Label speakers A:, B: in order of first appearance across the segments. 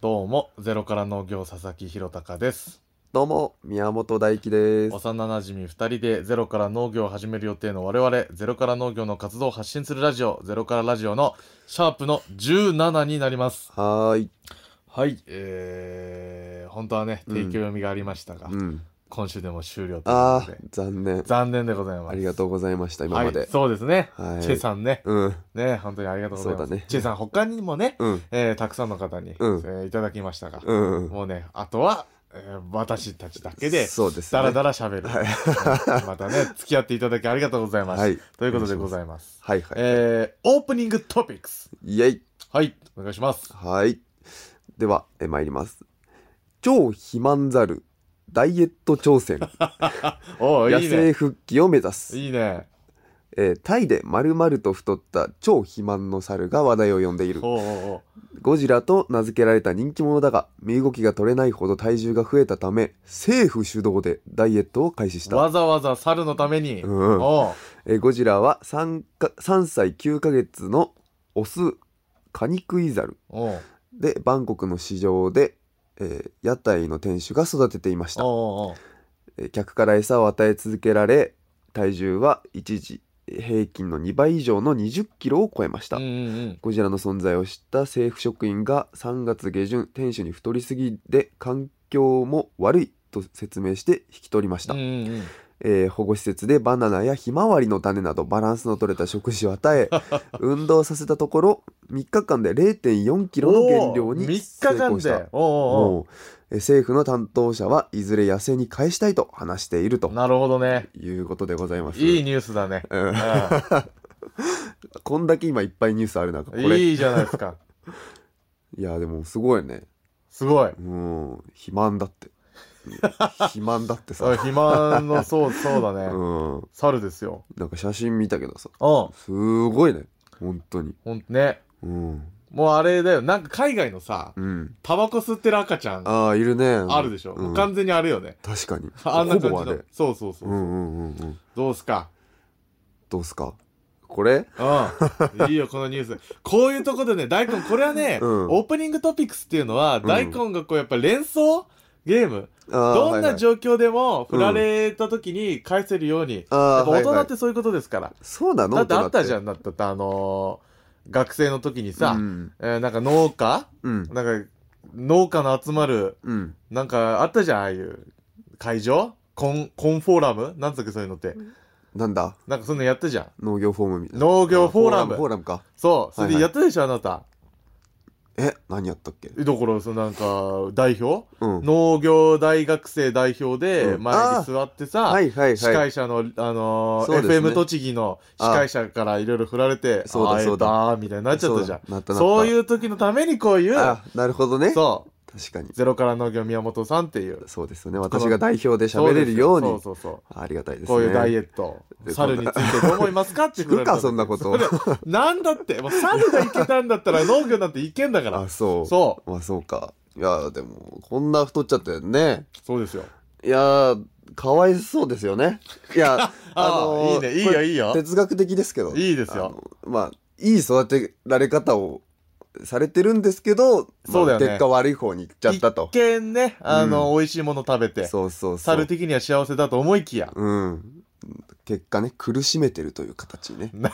A: どうも、ゼロから農業佐々木弘隆です。
B: どうも、宮本大輝です。
A: 幼馴染み2人でゼロから農業を始める予定の我々、ゼロから農業の活動を発信するラジオ、ゼロからラジオのシャープの17になります。
B: はーい。
A: はい。えー、本当はね、
B: うん
A: 提供読みがありましたが、
B: うん。
A: 今週でも終了という
B: あ
A: ことで
B: ー、、残念。
A: 残念でございます。
B: ありがとうございました、今
A: は
B: ま
A: い
B: で。
A: そうですね。
B: はい
A: チェさんね。
B: うん。
A: ね、本当にありがとうございます。
B: そうだね
A: チェさん、他にもね、
B: うん。
A: えーたくさんの方に、
B: うん
A: えーいただきましたが、
B: うん。
A: もうね、あとは、えー私たちだけで、
B: そうですね
A: だらだら喋る。はいまたね、付き合っていただきありがとうございます。
B: はい
A: ということでございます。
B: はいはい。
A: えー、オープニングトピックス。
B: イェイ。
A: はい、お願いします。
B: はい。では、え、参ります。超肥満ザル、ダイエット挑戦、
A: おー
B: 野
A: いいね
B: 生。復帰を目指す。
A: いいね。
B: えータイで丸々と太った超肥満の猿が話題を呼んでいる。
A: おうおうおう
B: ゴジラと名付けられた人気者だが、身動きが取れないほど体重が増えたため、政府主導でダイエットを開始した。
A: わざわざ猿のために。
B: うん
A: おう
B: えーゴジラは 3, か3歳9ヶ月のオスカニクイザル
A: おう
B: でバンコクの市場で、えー屋台の店主が育てていました、
A: おうおう
B: えー客から餌を与え続けられ体重は一時平均の2倍以上の2 0キロを超えました、
A: うんうんうん。
B: ゴジラの存在を知った政府職員が3月下旬店主に太りすぎで環境も悪いと説明して引き取りました
A: うん、うんうん
B: えー保護施設でバナナやひまわりの種などバランスの取れた食事を与え 運動させたところ3日間で3 4キロの減量
A: おう
B: に
A: 3
B: 成
A: 日間
B: 功し
A: で
B: た。
A: おうおう
B: もうえー政府の担当者はいずれ野生に返したいと話している
A: おう
B: と
A: なるほどね。
B: いうことでございます
A: いいニュースだ ね。
B: うん
A: う
B: こんだけ今いっぱいニュースある中こ
A: ん
B: れい
A: いいじゃないですか。
B: やでもすごいね
A: すごい。
B: うん肥満だって肥満だってさ、
A: あ肥満の、そう、そうだね。
B: うん、
A: 猿ですよ。
B: なんか写真見たけどさ
A: うん。
B: すごいね本当に
A: ほんとね。
B: うん
A: もうあれだよ。なんか海外のさ、
B: うん
A: タバコ吸ってる赤ちゃん
B: ああ、いるね。
A: あるでしょ。
B: う
A: も
B: ん
A: う完全にあれよね。
B: 確かに。
A: あんな感
B: ほ
A: じ
B: ぼあ
A: の
B: れ。
A: そうそうそうう。
B: んうんうんうん。
A: どうすか。
B: どうすかこれ
A: うん。いいよ、このニュース。こういうとこでね、大根、これはね、
B: うん
A: オープニングトピックスっていうのは、
B: ん
A: 大根がこうやっぱ連想ゲーム。どんな
B: 況
A: 状況でも振
B: うん
A: られた時に返せるように。や
B: あ
A: っ
B: ー
A: ぱ
B: は
A: 大
B: いはい
A: 人ってそういうことですから。
B: そうなの
A: だってあったじゃ
B: ん。
A: ん、だったってあのー、学生の時にさ
B: う、ん。
A: えーなんか農家
B: うん。
A: なんか、農家の集まる、
B: うん。
A: なんかあったじゃん、ああいう会場コン、コンフォーラムなんつうかそういうのって。
B: なんだ
A: なんかそんなのやったじゃん。
B: 農業フォームみたいな。
A: 農業フォーラム
B: あフォーラムか。
A: そう、それで
B: はい
A: や
B: は
A: ったでしょ、あなた。
B: え、何やったっけ
A: えだから、そのなんか、代表
B: うん。
A: 農業大学生代表で
B: うん
A: 前に座ってさ、
B: はいはい
A: 司
B: はい。
A: 会者の、あの
B: そ
A: ー
B: うですね
A: FM 栃木の司会者からいろいろ振られて、
B: そうだ
A: あ会えた
B: そうだ
A: ーみたいになっちゃったじゃん。
B: そうだなったなった
A: そういう時のためにこういう、
B: あ、なるほどね。
A: そう、
B: 確かに。
A: ゼロから農業宮本さんっていう。
B: そうですよね。私が代表で喋れるように。
A: そうですよそうそうそう。
B: ありがたいですね。
A: こういうダイエ
B: ッ
A: ット
B: で。
A: 猿についてどう思いますかって
B: 聞くか、そんな
A: こ
B: こと。
A: と。なんだって、もう猿がいけたんだったら農業なんていけんだから
B: あ、。そう。。
A: そう
B: まあそうか。いや、でも、こんな太っちゃってね。
A: う。そうですよ。
B: いやー、かわいそうですよね。いや、
A: あ
B: のー
A: いいね。いい
B: こ
A: よ、
B: れ
A: いいよ。
B: 哲学的ですけど。
A: いいですよ。
B: あの。まあ、いい育てられ方をされてるんですけど、まあ
A: そうだよね
B: 結果悪い方に行っちゃったと
A: 一。見ね、あの、美味しいもの食べて、
B: そうそうそう。
A: 猿的には幸せだと思いきや。
B: うん。結果ね、苦しめてるという形 ね。
A: な。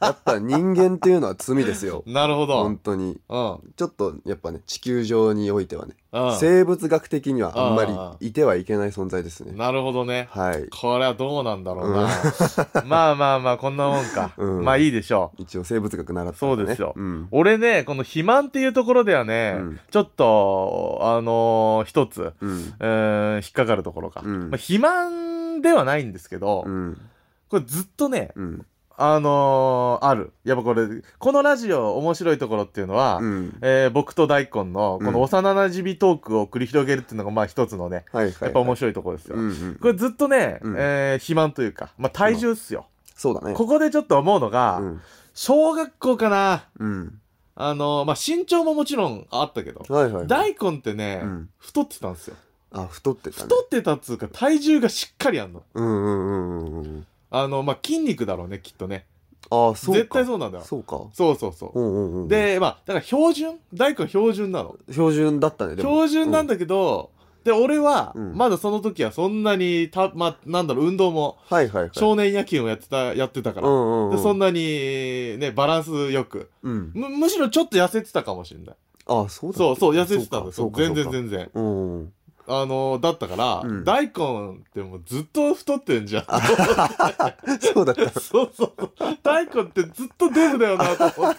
B: やっぱ人間っていうのは罪ですよ
A: なるほど。う
B: 本
A: ん。
B: 当に。
A: うん。
B: ちょっと、やっぱね、地球上においてはね、
A: な
B: 生物学的にはあん
A: あ
B: ま
A: ー
B: りいてはいけない存在ですね。
A: るほどね。
B: はい。
A: これはどうなんだろうな。 まあまあまあ、こんなもんか。
B: うん
A: まあいいでしょう。
B: 一応生物学習ったからね。
A: そうですよ
B: うん。
A: 俺ね、この肥満っていうところではね、
B: うん
A: ちょっと、あのー一つ、
B: うん。
A: うーん、引っかかるところが。
B: うん
A: まあ、肥満ではないんですけど、
B: うん。
A: これずっとね、
B: うん。
A: あのーある。やっぱこれ、このラジオ面白いところっていうのは、
B: うん。
A: えー僕と大根のこの幼馴染みトークを繰り広げるっていうのがまあ一つのね、
B: はいはいはい。
A: やっぱ面白いところですよ。
B: うんうん
A: これずっとね、
B: うん
A: えー肥満というか、まあ体重っすよ。
B: そうだね。
A: ここでちょっと思うのが、
B: うん。
A: 小学校かな、
B: うん。
A: あのまあ、身長ももちろんあったけど、
B: はいはい。
A: 大根ってね、
B: うん
A: 太ってたんですよ。
B: あ、太ってたね。
A: 太ってたっつうか、体重がしっかりあんの。
B: うんうんうんうんうん。
A: あの、まあ、筋肉だろうね、きっとね。
B: ああそうか
A: 絶対そうなんだよ
B: そうか
A: そうそうそう
B: う、んうんうん
A: でまあだから標準大工は標準なの
B: 標準だったねでも
A: 標準なん
B: だ、
A: だけど、で俺は
B: うん
A: まだその時はそんなにたまあなんだろう運動も
B: うんはいはいはい
A: 少年野球をやってたやってたから、
B: うんうんうん
A: でそんなにねバランスよく
B: うん
A: むむしろちょっと痩せてたかもしれない
B: ああそうだ
A: そうそう痩せてたんです
B: そう
A: よ
B: かそう
A: 全
B: か
A: 然全然
B: うんうん
A: あのだったから、
B: うん
A: 大根ってもうずっと太ってんじゃん
B: そうだった
A: そうそうそう大根ってずっとデブだよなと思って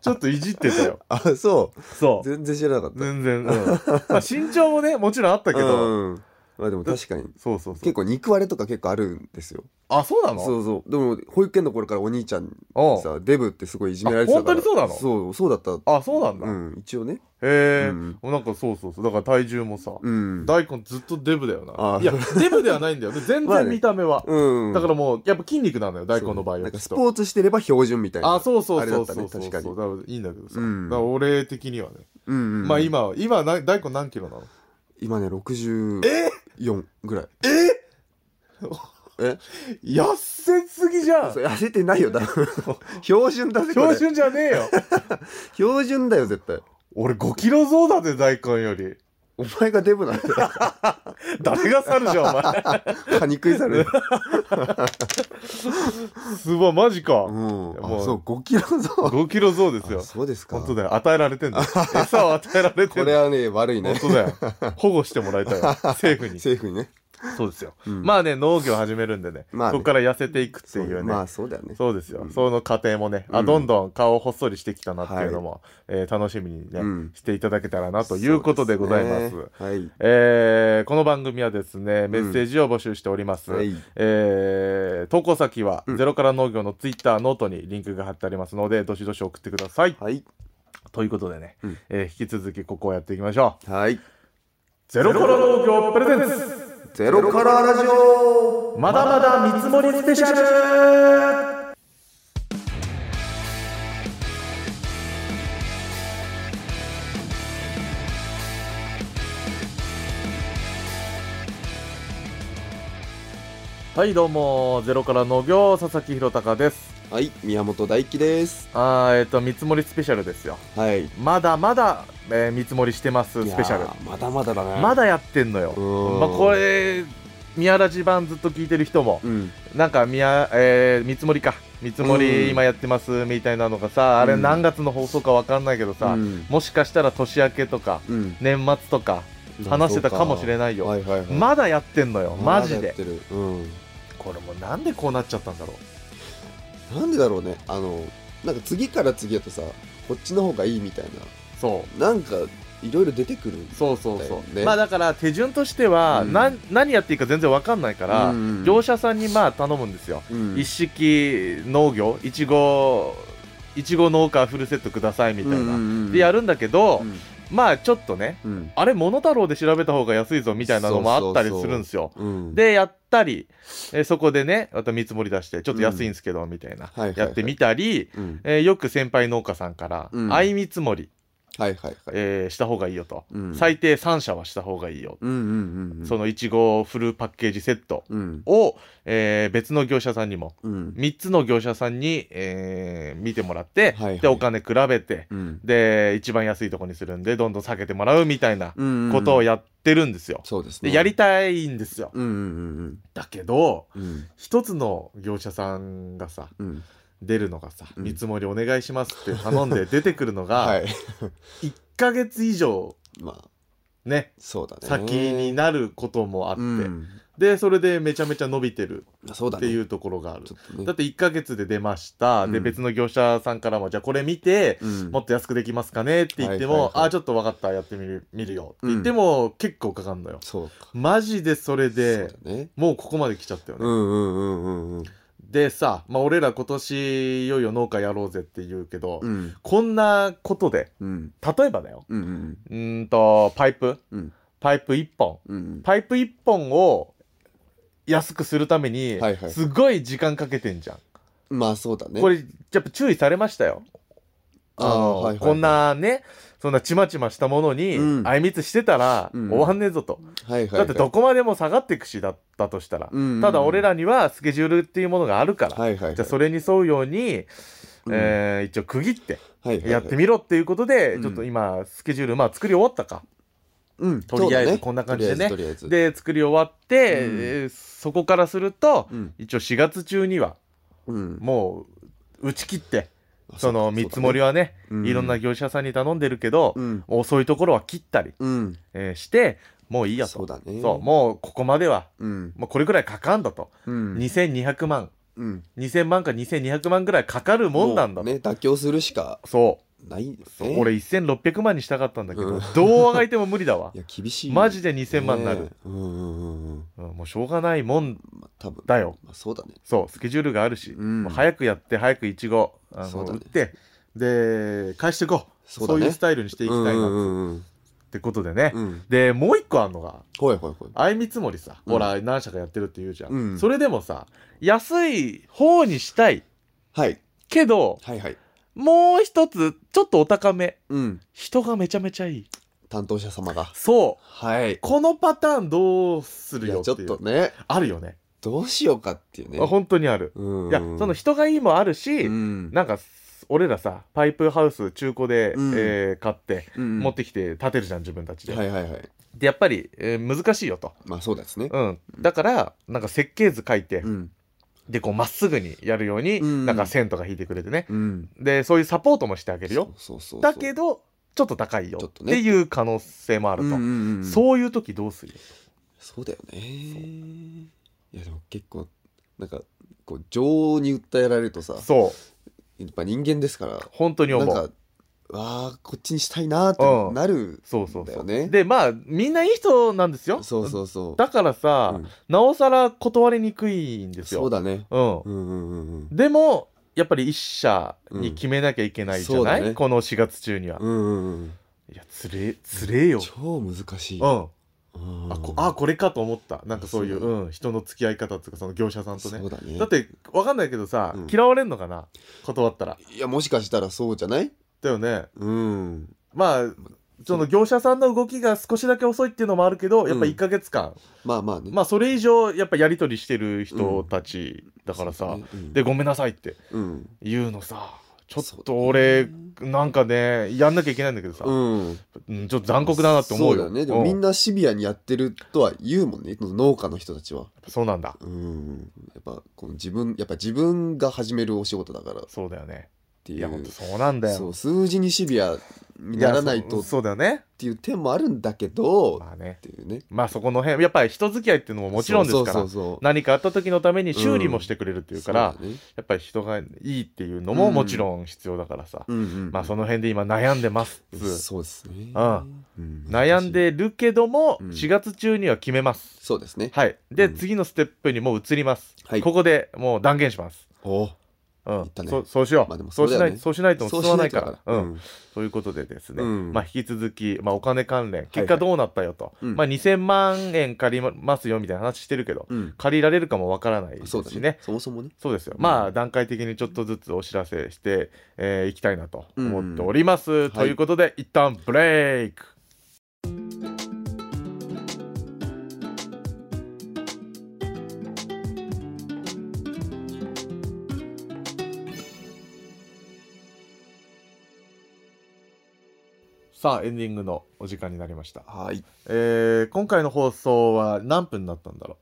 A: ちょっといじってたよ
B: あそう
A: そう
B: 全然知らなかった
A: 全然、うんまあ、身長もねもちろんあったけど、
B: うんまあでも確かに
A: そうそうそう
B: 結構肉割れとか結構あるんですよ
A: あそうなの
B: そうそうでも保育園の頃からお兄ちゃんに
A: おう
B: さデブってすごいいじめられてたから
A: あ本当にそうなの
B: そうそうだった
A: あそうなんだ、へ
B: うん一応ね
A: え、
B: うん
A: なんかそうそうそうだから体重もさ、
B: うん
A: 大根ずっとデブだよな
B: あ
A: いやデブではないんだよね全
B: まあね
A: 然見た目は、
B: うん
A: だからもうやっぱ筋肉なのよ大根の場合
B: そうねな
A: は
B: んかス
A: きっと
B: ポーツしてれば標準みたいな
A: あ、そうそうそうそ
B: あれだ
A: う
B: った
A: そう
B: ね
A: そう。
B: 確かに
A: だからいいんだけどさ。
B: うん
A: だから俺的にはね。
B: うんうん
A: まあ今は、今はな大根何キロなの
B: 今ね64
A: え
B: ぐらい
A: 痩せすぎじゃん
B: そう痩せてないよだ標準だぜこ れ
A: 標準じゃねえよ
B: 標準だよ絶対
A: 俺5キロ増だぜ、大根より。
B: お前がデブなんだよ
A: 誰が去るじゃん、お前。
B: カニ食いされる
A: すごい、マジ
B: う
A: か。
B: ん
A: いや
B: あ
A: もう
B: そう5キロ増
A: 5キロ増です
B: あ
A: よ。
B: そうですか
A: 本当だよ。与えられてんだよ。餌を与えられて
B: こ
A: んだ
B: れ
A: よ。
B: はね悪いね
A: 本当だよ。保護してもらいたい わ。政府に。
B: 政府にね
A: そうですよ。
B: うん
A: まあね、農業始めるんでね。
B: まあね
A: ここから痩せていくって
B: そう
A: いうね。
B: まあそうだよね
A: そうですよ、
B: うん
A: その過程もね、
B: う
A: あ
B: ん
A: どんどん顔をほっそりしてきたなっていうのも、えー楽しみにね、
B: うん
A: していただけたらなということでございます。
B: そうですねはい
A: えーこの番組はですねメッセージを募集しております、
B: はい
A: えー投稿先は、
B: うん
A: ゼロから農業のツイッターノートにリンクが貼ってありますのでどしどし送ってください
B: はい
A: ということでね、
B: うん
A: えー引き続きここをやっていきましょう
B: はい
A: ゼロから農業プレゼンツ
B: ゼロからラジオ
A: まだまだ見積もりスペシャルはいどうもゼロから農業佐々木弘隆です
B: はい宮本大輝です
A: あーえっ、と見積もりスペシャルですよ
B: はい
A: まだまだ、えー見積もりしてます
B: い
A: ス
B: やー
A: ペシャル
B: まだまだだね
A: まだやってんのよ
B: うーん
A: まあこれ宮ラジ版ずっと聞いてる人も
B: うん
A: なんか見や、えー見積もりか見積も
B: うん
A: り今やってますみたいなのがさ、あれ
B: うん
A: 何月の放送かわかんないけどさ、
B: うん
A: もしかしたら年明けとか
B: うん
A: 年末とか話してたかもしれないよ、
B: はいはいはい
A: まだやってんのよマジ
B: まだ
A: で
B: やってるうん
A: これもうなんでこうなっちゃったんだろう
B: なんでだろうねあのなんか次から次へとさこっちの方がいいみたい
A: そう
B: ななんかいろいろ出てくる
A: そうそう
B: だ
A: そ
B: よ
A: う、
B: ね
A: まあだから手順としては、
B: うん
A: なん何やっていいか全然わかんないから、
B: うん
A: 業者さんにまあ頼むんですよ、
B: うん
A: 一式農業いちごいちご農家フルセットくださいみたいな、でや
B: る
A: るんだけど、
B: うん
A: まあちょっとね
B: うん
A: あれ、モノタロウで調べた方が安いぞみたいなのもあったりするんですよ。
B: うん
A: で、やったり、えーそこでね、また見積もり出して、ちょっと安いんですけど、みたいな、
B: はいはいはい
A: やってみたり、
B: うん
A: えーよく先輩農家さんから、
B: うん
A: 相見積もり、
B: はいはいはい
A: えーした方がいいよと、
B: うん
A: 最低3社はした方がいいよ、
B: うんうんうんうん
A: そのいちごフルパッケージセット
B: うん
A: を、えー別の業者さんにも、
B: うん
A: 3つの業者さんに、えー見てもらって、
B: はいはい
A: で、お金比べて、
B: うん
A: で、一番安いとこにするんで、どんどん下げてもらうみたいな
B: うん
A: ことを
B: や
A: やってるんですよ。
B: そうですね
A: でやりたいんですよ。
B: うんうん
A: だけど
B: うんうん
A: 一つの業者さんがさ
B: うん
A: 出るのがさ「
B: うん
A: 見積もりお願いします」って頼んで 出てくるの
B: は
A: が
B: い
A: 1ヶ月以上
B: まあ
A: ね
B: そうだね
A: 先になることもあって、
B: うん
A: でそれでめちゃめちゃ伸びてる
B: そうだ
A: って
B: ね
A: いうところがある。
B: ちょっとね
A: だって1ヶ月で出ました、
B: う
A: で
B: ん
A: 別の業者さんからも「じゃあこれ見て
B: うん
A: もっと安くできますかね」って言っても「
B: はいはいはい
A: あちょっと分かったやってみる見るよ」って言っても、結構かかんのよ。
B: そうか
A: マジでそれで
B: そうだね
A: もうここまで来ちゃったよね
B: う。んうんうんうんうん
A: でさ、まあ、俺ら今年いよいよ農家やろうぜって言うけど、
B: うん
A: こんなことで
B: うん
A: 例えばだよ
B: うんうん
A: うーんとパイプ
B: うん
A: パイプ1本
B: うん
A: パイプ1本を安くするために、
B: はいはい
A: すごい時間かけてんじゃん、
B: まあそうだね
A: これやっぱ注意されましたよあ
B: あー
A: の
B: はいはいはい
A: こんなねそんなちまちましたものに
B: うん
A: あいみつしてたら
B: うん
A: 終わんねえぞと、
B: はいはいはい
A: だってどこまでも下がっていくしだったとしたら、
B: うん
A: ただ俺らにはスケジュールっていうものがあるから、
B: はいはいはい
A: じゃあそれに沿うように、
B: うん
A: えー一応区切って
B: はいはいはい
A: やってみろっていうことで、
B: うん
A: ちょっと今スケジュールまあ作り終わったか、
B: うん
A: とりあえず
B: そうだね
A: こんな感じでね
B: とりあえずとりあえず
A: で作り終わって、
B: うん
A: えーそこからすると、
B: うん
A: 一応4月中には
B: うん
A: もう打ち切ってその見積もり
B: は
A: はね
B: うん
A: いろんな業者さんに頼んでるけど、
B: うん
A: 遅いところは切ったり、
B: うん
A: えーしてもういいやと
B: そうだね
A: そうもうここまでは
B: うん
A: もうこれくらいかかんだと、
B: うん
A: 2200万
B: うん
A: 2000万か2200万ぐらいかかるもんなんだ
B: も
A: と、
B: うね妥協するしか
A: そ
B: ないんで
A: う
B: す
A: そう、
B: ね
A: 俺1600万にしたかったんだけど、
B: うん
A: どうあがいても無理だわ
B: いや厳しいよ
A: マジで2000万になる、
B: ねえうんうんうんうん
A: うんもうしょうがないもん
B: まあ多分
A: だよ
B: まあそうだね
A: そうスケジュールがあるし、
B: うん
A: もう早くやって早くいちごあ
B: そ
A: の、
B: うだ
A: 売
B: ね
A: ってで返していこうそ
B: そううだね
A: いうスタイルにしていきたいなっ
B: う
A: て,、
B: んうんうん
A: ことでね、
B: うんうん
A: でもう一個あんのが
B: ほいほいほい
A: 相見積もりさ、
B: うん
A: ほら何社かやってるって言うじゃん、
B: うん
A: それでもさ安い方にしたい
B: はい
A: けど
B: はいはい
A: もう一つちょっとお高め
B: うん
A: 人がめちゃめちゃいい
B: 担当者様が
A: そう
B: はい
A: このパターンどうす
B: い
A: るよ
B: や
A: っ
B: ち
A: て
B: ょっ
A: いう
B: とね
A: あるよね
B: どうしようかっていうね
A: あ本当にある、
B: うん
A: いやその人がいいもあるし、
B: うん
A: なんか俺らさパイプハウス中古で、
B: うん
A: えー買って
B: うん
A: 持ってきて建てるじゃん自分たちで、
B: はいはいはい
A: でやっぱり、えー難しいよと、
B: まあそうですね
A: うん、だからなんか設計図書いて、
B: うん
A: でこうまっすぐにやるように、
B: うん
A: なんか線とか引いてくれてね
B: うん
A: でそういうサポートもしてあげるよ
B: そうそうそうそう
A: だけどちょっと高いよ
B: ちょ
A: っ
B: っとね
A: ていう可能性もあると、
B: うんうんうん
A: そういう時どうする
B: そうだよねいやでも結構なんかこう情に訴えられるとさ
A: そう
B: やっぱ人間ですから
A: 本当に
B: な
A: 思
B: ん
A: う
B: かわあこっちにしたいなーっ
A: うん
B: てなる
A: そうそう
B: だ
A: そ
B: よ
A: う、
B: ね
A: でまあみんないい人なんですよ
B: そうそうそう
A: だからさ、
B: うん
A: なおさら断りにくいんですよ
B: そうだね
A: うん
B: うんうんうん
A: でもやっぱり一社に決めなきゃいけないじゃない、
B: うんそうだね
A: この4月中には、
B: うんうんうんうん
A: いやつれつれえよ、
B: 超難しい
A: うん
B: うん
A: あこあこれかと思ったなんかそういう
B: そう
A: うん、人の付き合い方っていうかその業者さんと
B: そ
A: ね
B: うだね
A: だってわかんないけどさ、
B: うん
A: 嫌われんのかな断ったら
B: いやもしかしたらそうじゃない
A: だよね
B: うん
A: まあその業者さんの動きが少しだけ遅いっていうのもあるけどやっぱ
B: うん
A: 1ヶ月間、
B: まあまあね
A: まあそれ以上やっぱやり取りしてる人たちだからさ、
B: そうだねうん
A: でごめんなさいって
B: うん
A: 言うのさちょっと
B: そうだ
A: 俺、
B: ね
A: なんかねやんなきゃいけないんだけどさ、
B: うん
A: うん、ちょっと残酷だなって思うよ。
B: そうだねでもみん
A: な、
B: なシビアにやってるとは言うもんね農家の人たちは
A: そうなんだ。
B: うんやっぱこの自分やっぱ自分が始めるお仕事だからっ
A: そうだよね。
B: て
A: い
B: い
A: や、
B: う
A: ほんとそうなんだよ。
B: そう数字にシビアに
A: いや
B: ならないと
A: そ
B: っ
A: うそうだよね。
B: ていう点もあるんだけどっ
A: まあね。
B: ていうね
A: まあそこの辺、やっぱり人付き合いっていうのももちろんですから
B: そう。そうそう
A: 何かあった時のために修理もしてくれるって
B: そう
A: いうから、
B: そうだね
A: やっぱり人がいいっていうのももちろん必要だからさ、
B: うんうん
A: まあその辺で今悩んでます、
B: そうですね
A: ん
B: うん
A: 悩んでるけども
B: うん
A: 4月中には決めます、
B: そうですね
A: はいで、
B: うん
A: 次のステップにもう移ります、
B: はい
A: ここでもう断言します、
B: お
A: うん
B: 言ったね
A: そそうしよう,、
B: まあでも
A: そ
B: そうう
A: し
B: だ
A: な
B: よ
A: い
B: ね
A: そうしないと進まないからうん
B: ん
A: ということでですね、
B: うん
A: まあ引き続き、まあ、お金関連結果どうなったよと、
B: うん
A: まあ、2000万円借りますよみたいな話してるけど、
B: うん
A: 借りられるかもわからないですし
B: そうだ
A: ね
B: ねそもそもね
A: そうですよ、
B: うん
A: まあ段階的にちょっとずつお知らせしてい、えーいきたいなと思っております、
B: ん
A: ということで、一旦ブレイクさあエンディングのお時間になりました、
B: はい
A: えー今回の放送は何分になったんだろ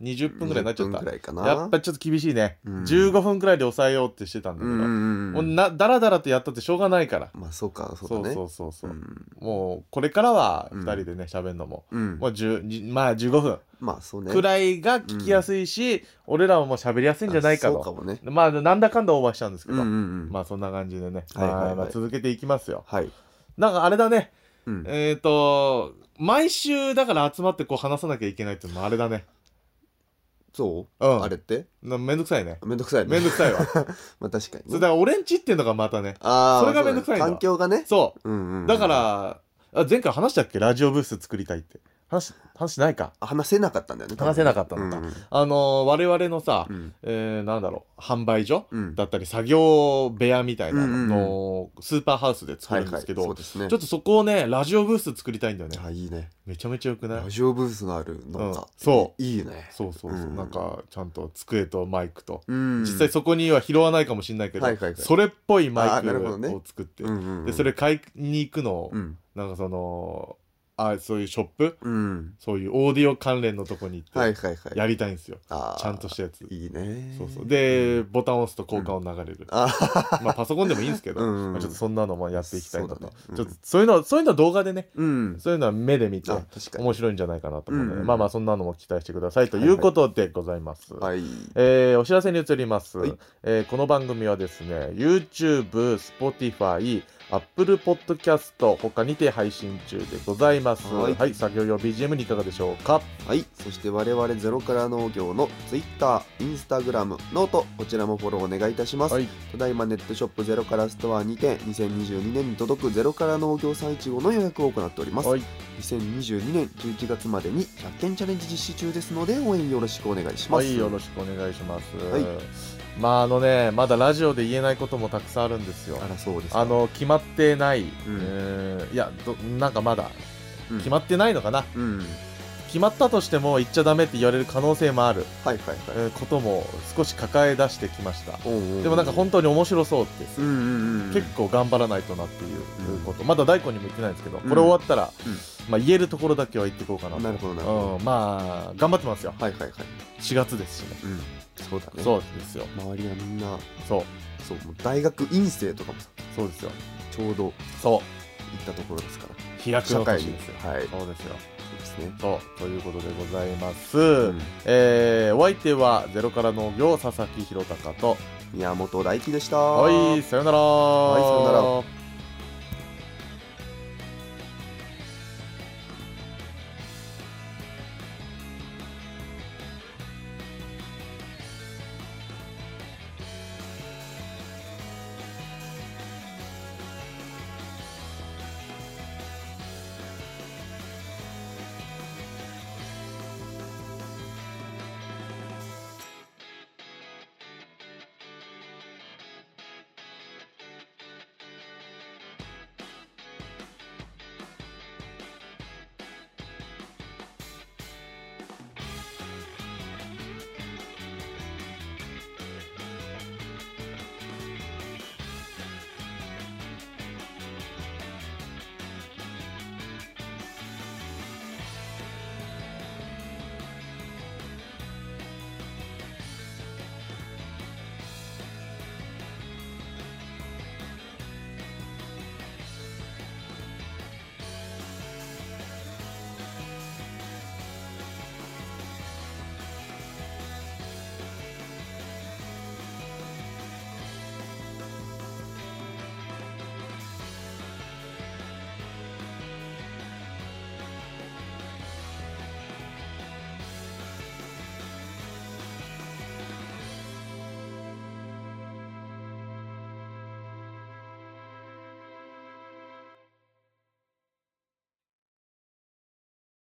A: う20分ぐらいになっちゃっ
B: 10分
A: た
B: ぐらいかな
A: やっぱりちょっと厳しいね、
B: うん
A: 15分くらいで抑えようってしてたんだ
B: う
A: けど、
B: んうん
A: も
B: う
A: うんなだらだらとやったってしょうがないから
B: まあそうかそ
A: そう
B: だね
A: そうそうそう、
B: うん
A: もうこれからは
B: うん
A: 2人でね喋るのも、
B: うん
A: もう10にまあ15分
B: まあそうね
A: くらいが聞きやすいし、俺らももう喋りやすいんじゃないか
B: あそ
A: と
B: うかもね
A: まあなんだかんだオーバーしちゃうんですけ
B: うん
A: ど、
B: うんうん
A: まあそんな感じでね、
B: はいはいはい
A: まあまあ続けていきますよ
B: はい
A: なんかあれだね
B: うん
A: えっ、ー、と毎週だから集まってこう話さなきゃいけないっていうのもあれだね
B: そう
A: うん
B: あれって
A: なめんどくさいね
B: めんどくさいね
A: めんどくさい わそ
B: まあ確か
A: れ
B: に
A: だ
B: ね
A: から俺んちっていうのがまたね
B: あー
A: それが
B: うだね
A: めんどくさいんだ
B: 環境がね
A: そう
B: うんうんうん
A: だから、あ前回話したっけラジオブース作りたいって。話話ないか
B: 話せなかったんだよね多分
A: 話せなかったんだ
B: うん
A: あのー我々のさ、
B: うん
A: えーなんだろう販売所
B: うん
A: だったり作業部屋みたいな
B: うんうんうん
A: のをスーパーハウスで作
B: はい
A: るん
B: は
A: です
B: い
A: けど、
B: そうですね
A: ちょっとそこをねラジオブース作りたいんだよね
B: あいいね
A: めちゃめちゃよくない
B: ラジオブースのあるの
A: うん
B: が
A: そ
B: いいね
A: そうそうそう、
B: うん
A: なんかちゃんと机とマイクと、
B: うん
A: 実際そこには拾わないかもしれないけど、
B: はいはいはい
A: それっぽいマイ
B: あーなるほど
A: ク
B: ね
A: を作って、
B: うんうんうん
A: でそれ買いに行くのを、
B: うん
A: なんかそのあそういうショップ
B: うん
A: そういうオーディオ関連のとこに行
B: は
A: っ
B: い
A: て
B: はいはい
A: やりたいんですよ、
B: あー
A: ちゃんとしたやつ
B: いいね
A: そうそう
B: う
A: で
B: ん
A: ボタンを押すと効果音流れる、
B: あー
A: まあパソコンでもいいんですけど、
B: うんうんうん
A: まあちょっとそんなのもやっていきたいなと、
B: そうだねうん
A: ちょっとそういうのはそういうのは動画でね
B: うん
A: そういうのは目で見て
B: あ確かに
A: 面白いんじゃないかなと思うので、
B: うんうん
A: まあまあそんなのも期待してくださいということでございます。
B: はい
A: えーお知らせに移ります、
B: はい
A: えーこの番組はですね YouTube、Spotify、Apple Podcast 他にて配信中でございます。は、
B: はいい
A: 作業用 BGM にいかがでしょうか。
B: はいそして我々ゼロから農業の Twitter、Instagram、ノートこちらもフォローお願いいたします
A: はい、
B: ただいまネットショップゼロからストアにて2022年に届くゼロから農業産いちごの予約を行っております、
A: はい、
B: 2022年11月までに100件チャレンジ実施中ですので応援よろしくお願いしま
A: は
B: す
A: い、よろしくお願いします。
B: はい
A: まああのねまだラジオで言えないこともたくさんあるんですよ。
B: あらそうですか
A: あ、の決まってない、
B: ん
A: えーいやどなんかまだ
B: うん、
A: 決まってないのかな。
B: うん
A: 決まったとしても言っちゃダメって言われる可能性もある、
B: はいはいはい
A: えーことも少し抱え出してきました
B: おうおうおう
A: でもなんか本当に面白そうって、
B: うんうんうん
A: 結構頑張らないとなっていう
B: うん
A: こと、まだ大根にも言ってないんですけど、
B: うん
A: これ終わったら、
B: うん
A: まあ、言えるところだけは言っていこうかなと
B: なるほどなるほ
A: う
B: ど、
A: ん、まあ頑張ってますよ
B: はいはいはい
A: 4月ですしね
B: うんそうだね
A: そうですよ
B: 周りはみんな
A: そう
B: そうもう大学院生とかもさ
A: そうですよ
B: ちょうど行
A: そ
B: ったところですから
A: う飛躍
B: 社
A: の
B: 会
A: 年
B: に
A: ですよ
B: はいそう
A: そうですよ
B: ですね
A: そうということでございます、
B: うん
A: えーお相手はゼロから農業佐々木弘隆と
B: 宮本大輝でした
A: はい、さよなら。
B: いさよな
A: ら。